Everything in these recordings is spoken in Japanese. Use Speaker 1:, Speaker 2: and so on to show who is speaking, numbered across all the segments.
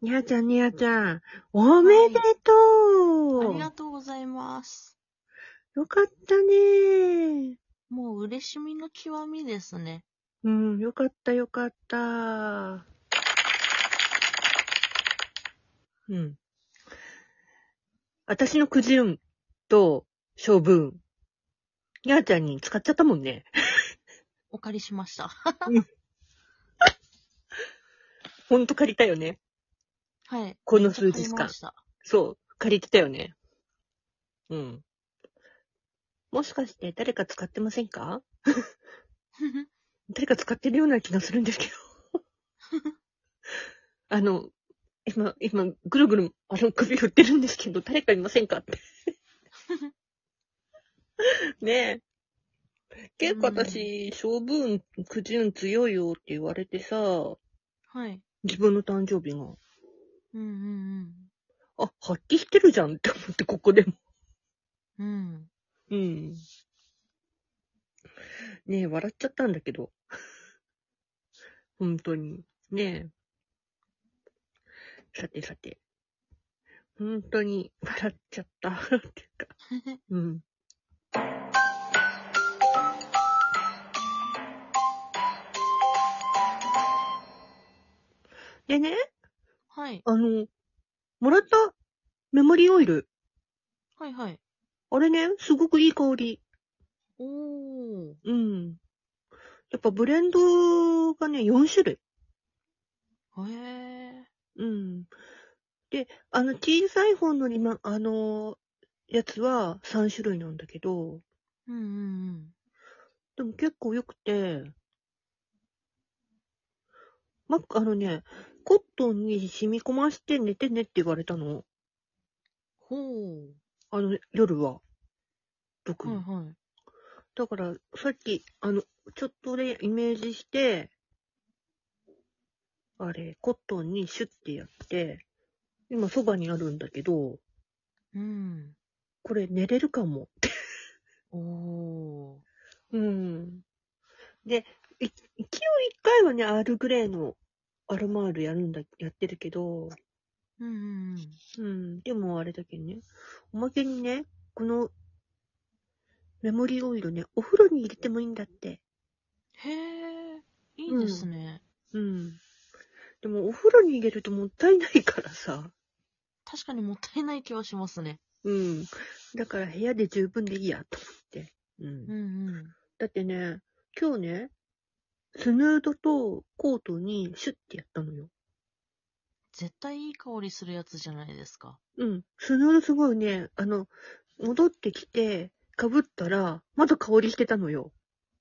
Speaker 1: にゃーちゃん、にゃーちゃん、おめでと
Speaker 2: あ
Speaker 1: う、
Speaker 2: りがとうございます。
Speaker 1: よかったねー。
Speaker 2: もう嬉しみの極みですね。
Speaker 1: うん、よかった、よかった。うん。私のくじ運と勝負運、にゃーちゃんに使っちゃったもんね。
Speaker 2: お借りしました。
Speaker 1: ほんと借りたよね。
Speaker 2: はい。
Speaker 1: この数日間
Speaker 2: 借りま。した
Speaker 1: そう、借りてたよね。うん。もしかして誰か使ってませんか誰か使ってるような気がするんですけど。 あの、今、今、ぐるぐる、あの、首振ってるんですけど、誰かいませんかって。 ねえ。結構私、勝負運、くじ運強いよって言われてさ、
Speaker 2: はい。
Speaker 1: 自分の誕生日が、
Speaker 2: うんうん
Speaker 1: あ、発揮してるじゃんって思って、ここでも。
Speaker 2: うん。うん。
Speaker 1: うん。ねえ、笑っちゃったんだけど。本当に。ねえ。さてさて。本当に笑っちゃった。っていうか。うん。でね、
Speaker 2: はい。
Speaker 1: あの、もらったメモリーオイル。
Speaker 2: はいはい。
Speaker 1: あれね、すごくいい香り。
Speaker 2: おー。
Speaker 1: うん。やっぱブレンドがね、4種類。
Speaker 2: へえ。
Speaker 1: うん。で、あの、小さい方の今、あの、やつは3種類なんだけど、
Speaker 2: うんうんうん。
Speaker 1: でも結構良くて、ま、あのね、コットンに染み込まして寝てねって言われたの。
Speaker 2: ほ
Speaker 1: あの、夜は。特
Speaker 2: う。
Speaker 1: に。
Speaker 2: はいはい。
Speaker 1: だから、さっき、あの、ちょっとでイメージして、あれ、コットンにシュッてやって、今そばにあるんだけど、
Speaker 2: うん。
Speaker 1: これ寝れるかも。
Speaker 2: おー。
Speaker 1: うん。で、い一応一回はね、アールグレーのアルマールやるんだ、やってるけど、
Speaker 2: うんうんうん。
Speaker 1: うん、でもあれだけどね、おまけにね、このメモリーオイルね、お風呂に入れてもいいんだって。
Speaker 2: へえ。いいですね。
Speaker 1: うん。でもお風呂に入れるともったいないからさ。
Speaker 2: 確かにもったいない気はしますね。
Speaker 1: うん。だから部屋で十分でいいや、と思って。う。
Speaker 2: うんんうん。
Speaker 1: だってね、今日ね、スヌードとコートにシュッてやったのよ。
Speaker 2: 絶対いい香りするやつじゃないですか。
Speaker 1: うん。スヌードすごいね、あの、戻ってきて、被ったら、まだ香りしてたのよ。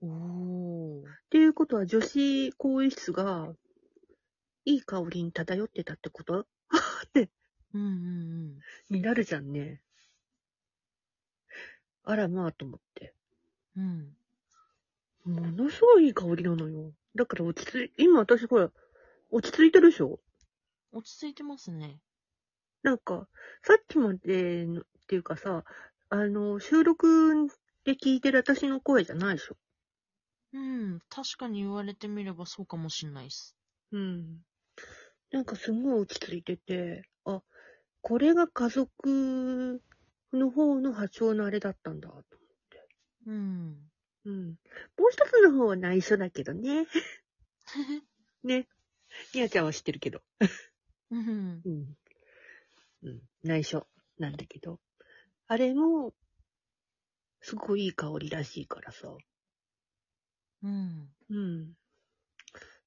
Speaker 2: おー。
Speaker 1: っていうことは女子更衣室が、いい香りに漂ってたってこと
Speaker 2: うんうんうん。
Speaker 1: になるじゃんね。あらまあと思って。
Speaker 2: うん。
Speaker 1: ものすごいいい香りなのよ。だから落ち着い、今私ほら、落ち着いてるでしょ
Speaker 2: 落ち着いてますね。
Speaker 1: なんか、さっきまでの、っていうかさ、あの、収録で聞いてる私の声じゃないでしょ
Speaker 2: うん。確かに言われてみればそうかもしんないっす。
Speaker 1: うん。なんかすごい落ち着いてて、あ、これが家族の方の波長のあれだったんだ。
Speaker 2: うん。
Speaker 1: うん。もう一つの方は内緒だけどね。ね。ニアちゃんは知ってるけど。
Speaker 2: うん。
Speaker 1: うん。うん。内緒なんだけど。あれも、すごくいい香りらしいからさ。
Speaker 2: うん。
Speaker 1: うん。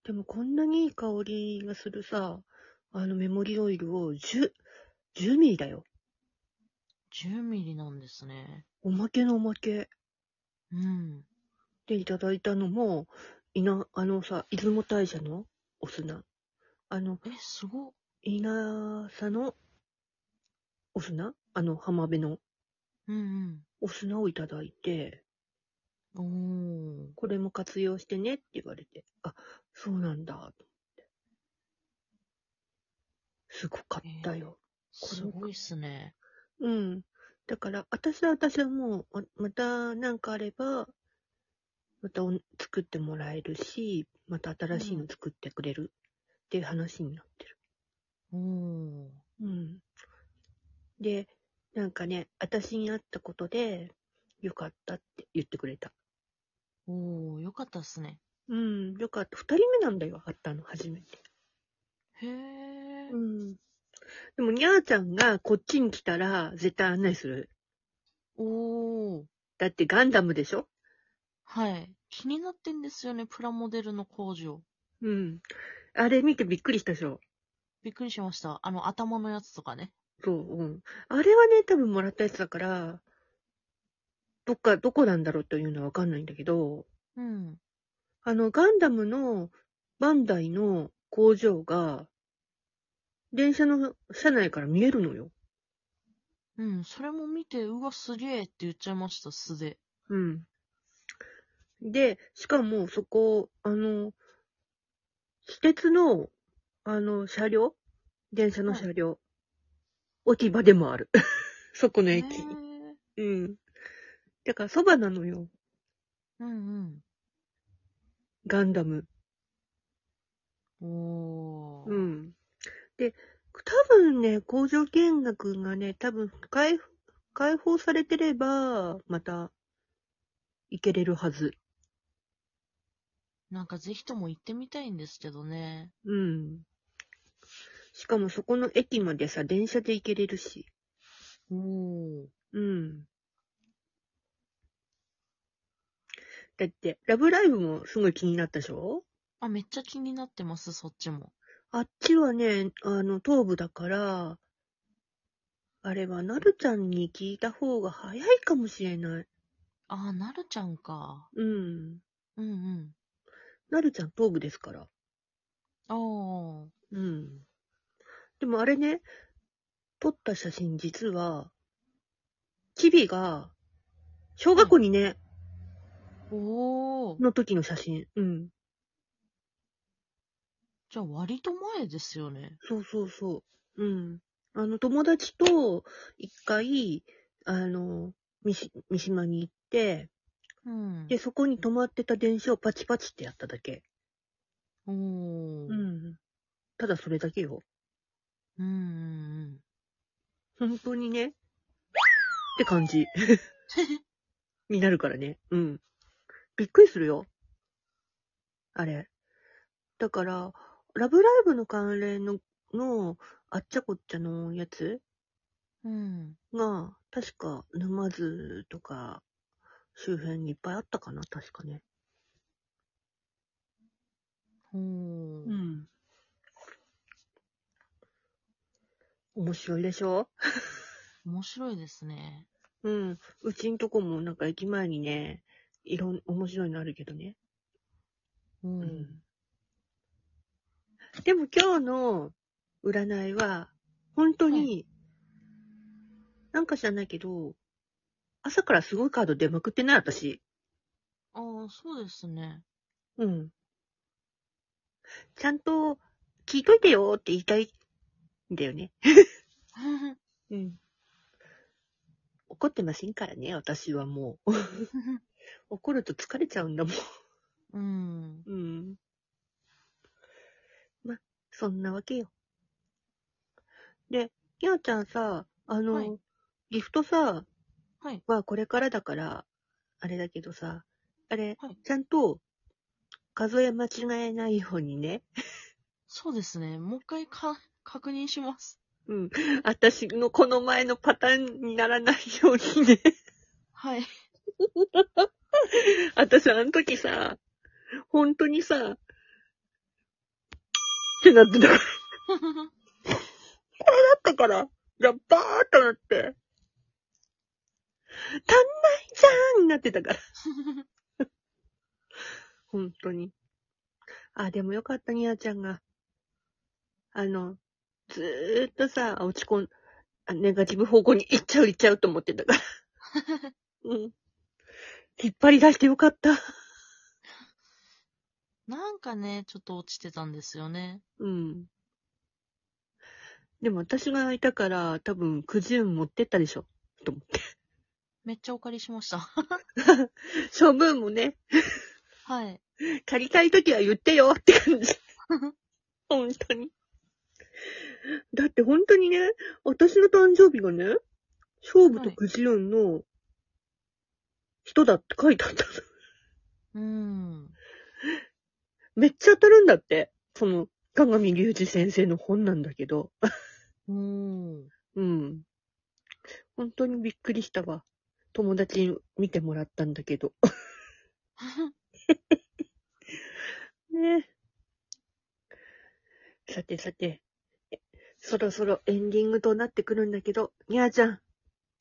Speaker 1: でもこんなにいい香りがするさ、あのメモリーオイルを10、10ミリだよ。
Speaker 2: 10ミリなんですね。
Speaker 1: おまけのおまけ
Speaker 2: うん。
Speaker 1: でいただいたのも、いな、あのさ、出雲大社のお砂。あの、
Speaker 2: え、すごっ。
Speaker 1: 稲佐のお砂あの、浜辺の
Speaker 2: うん
Speaker 1: お砂をいただいて、
Speaker 2: うん。おー。
Speaker 1: これも活用してねって言われて、あ、そうなんだ、と思って。すごかったよ。
Speaker 2: すごいっすね。
Speaker 1: うん。だから、私は私はもう、ままたなんかあれば、またお作ってもらえるし、また新しいの作ってくれるっていう話になってる。
Speaker 2: おおー。
Speaker 1: うん。で、なんかね、私に会ったことで、よかったって言ってくれた。
Speaker 2: おー、よかったっすね。
Speaker 1: うん、よかった。二人目なんだよ、会ったの、初めて。
Speaker 2: へえ。
Speaker 1: うん。でも、にゃーちゃんがこっちに来たら、絶対案内する。
Speaker 2: おー。
Speaker 1: だってガンダムでしょ
Speaker 2: はい。気になってんですよね、プラモデルの工場。
Speaker 1: うん。あれ見てびっくりしたでしょ
Speaker 2: びっくりしました。あの、頭のやつとかね。
Speaker 1: そう、うん。あれはね、多分もらったやつだから、どっか、どこなんだろうというのはわかんないんだけど、
Speaker 2: うん。
Speaker 1: あの、ガンダムのバンダイの工場が、電車の車内から見えるのよ。
Speaker 2: うん、それも見て、うわ、すげえって言っちゃいました、素で。
Speaker 1: うん。で、しかもそこ、あの、私鉄の、あの、車両電車の車両、置き場でもある。 そこの
Speaker 2: へえ。
Speaker 1: 駅。うん。だからそばなのよ。
Speaker 2: うん
Speaker 1: ガンダム。
Speaker 2: うん。おー。
Speaker 1: うん。で、多分ね、工場見学がね、多分解、解放されてれば、また、行けれるはず。
Speaker 2: なんかぜひとも行ってみたいんですけどね。
Speaker 1: うん。しかもそこの駅までさ、電車で行けれるし。
Speaker 2: おー。
Speaker 1: うん。だって、ラブライブもすごい気になったでしょ
Speaker 2: あ、めっちゃ気になってます、そっちも。
Speaker 1: あっちはね、あの、東部だから、あれはなるちゃんに聞いた方が早いかもしれない。
Speaker 2: あー、なるちゃんか。
Speaker 1: うん。
Speaker 2: うんうん。
Speaker 1: なるちゃん東部ですから。
Speaker 2: あー。
Speaker 1: うん。でもあれね、撮った写真実は、チビが、小学校にね、
Speaker 2: おー。
Speaker 1: の時の写真。うん。
Speaker 2: じゃあ割と前ですよね。
Speaker 1: そうそうそう。うん。あの、友達と一回、あの、三し三島に行って、
Speaker 2: うん。
Speaker 1: で、そこに止まってた電車をパチパチってやっただけ。
Speaker 2: おー。うん
Speaker 1: ん。ただそれだけよ。
Speaker 2: うん うん。
Speaker 1: 本当にね、って感じになるからね。うん。びっくりするよ。あれ。だから、ラブライブの関連の、の、あっちゃこっちゃのやつ
Speaker 2: うん。
Speaker 1: が、確か沼津とか周辺にいっぱいあったかな、確かね。
Speaker 2: おー。
Speaker 1: ん。面白いでしょ
Speaker 2: 面白いですね。
Speaker 1: うん。うちんとこもなんか駅前にね、いろん、面白いのあるけどね。
Speaker 2: う。
Speaker 1: うんでも今日の占いは、本当に、
Speaker 2: は
Speaker 1: なんか知らないけど、朝からすごいカード出まくってない、私。
Speaker 2: あー、そうですね。
Speaker 1: うん。ちゃんと聞いといてよって言いたいんだよね。うん。怒ってませんからね、私はもう。怒ると疲れちゃうんだもん。
Speaker 2: うん。
Speaker 1: うん。ま、そんなわけよ。で、にゃーちゃんさ、あの、
Speaker 2: はい
Speaker 1: ギフトさ、
Speaker 2: はい
Speaker 1: これからだから、あれだけどさ、あれ、
Speaker 2: はい
Speaker 1: ちゃんと数え間違えないようにね、
Speaker 2: そうですね。もう一回か、確認します。
Speaker 1: 私のこの前のパターンにならないようにね。
Speaker 2: はい。
Speaker 1: 私あの時さ、本当にさ、ってなってたからったから、やっばーっとなって、足んないじゃーんなってたから、本当に。あ、でもよかった、ニアちゃんが。あの、ずーっとさ、落ち込ん、あネガティブ方向に行っちゃう行っちゃうと思ってたから。うん。引っ張り出してよかった。
Speaker 2: なんかね、ちょっと落ちてたんですよね。
Speaker 1: うん。でも私がいたから、多分、くじゅん持ってったでしょ。と思って。
Speaker 2: めっちゃお借りしました。
Speaker 1: 処分もね、
Speaker 2: はい。
Speaker 1: 借りたいときは言ってよって感じ。本当に。って本当にね、私の誕生日がね、勝負
Speaker 2: は
Speaker 1: と
Speaker 2: い
Speaker 1: くじ4の人だって書いてあった
Speaker 2: う
Speaker 1: の。
Speaker 2: ん。
Speaker 1: めっちゃ当たるんだって。その、香上隆二先生の本なんだけど。
Speaker 2: うん。
Speaker 1: うん。本当にびっくりしたわ。友達に見てもらったんだけど。ねえ。さてさて、えそろそろエンディングとなってくるんだけど、にゃーちゃん、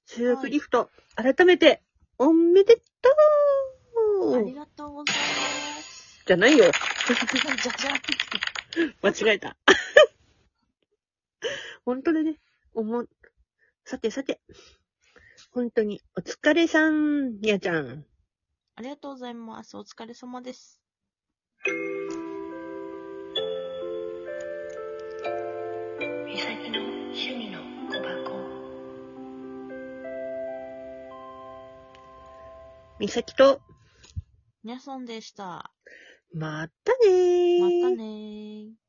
Speaker 1: 収録リフト、改めて、おめでと
Speaker 2: あり
Speaker 1: う
Speaker 2: がとうございます。
Speaker 1: じゃないよ。
Speaker 2: じゃじゃん。
Speaker 1: 間違えた。 本当だね。おも、さてさて。本当に、お疲れさん、にゃーちゃん。
Speaker 2: ありがとうございます。お疲れ様です。
Speaker 1: みさきの趣味の小箱。みさきと、
Speaker 2: にゃそんでした。
Speaker 1: まったねー。
Speaker 2: またねー。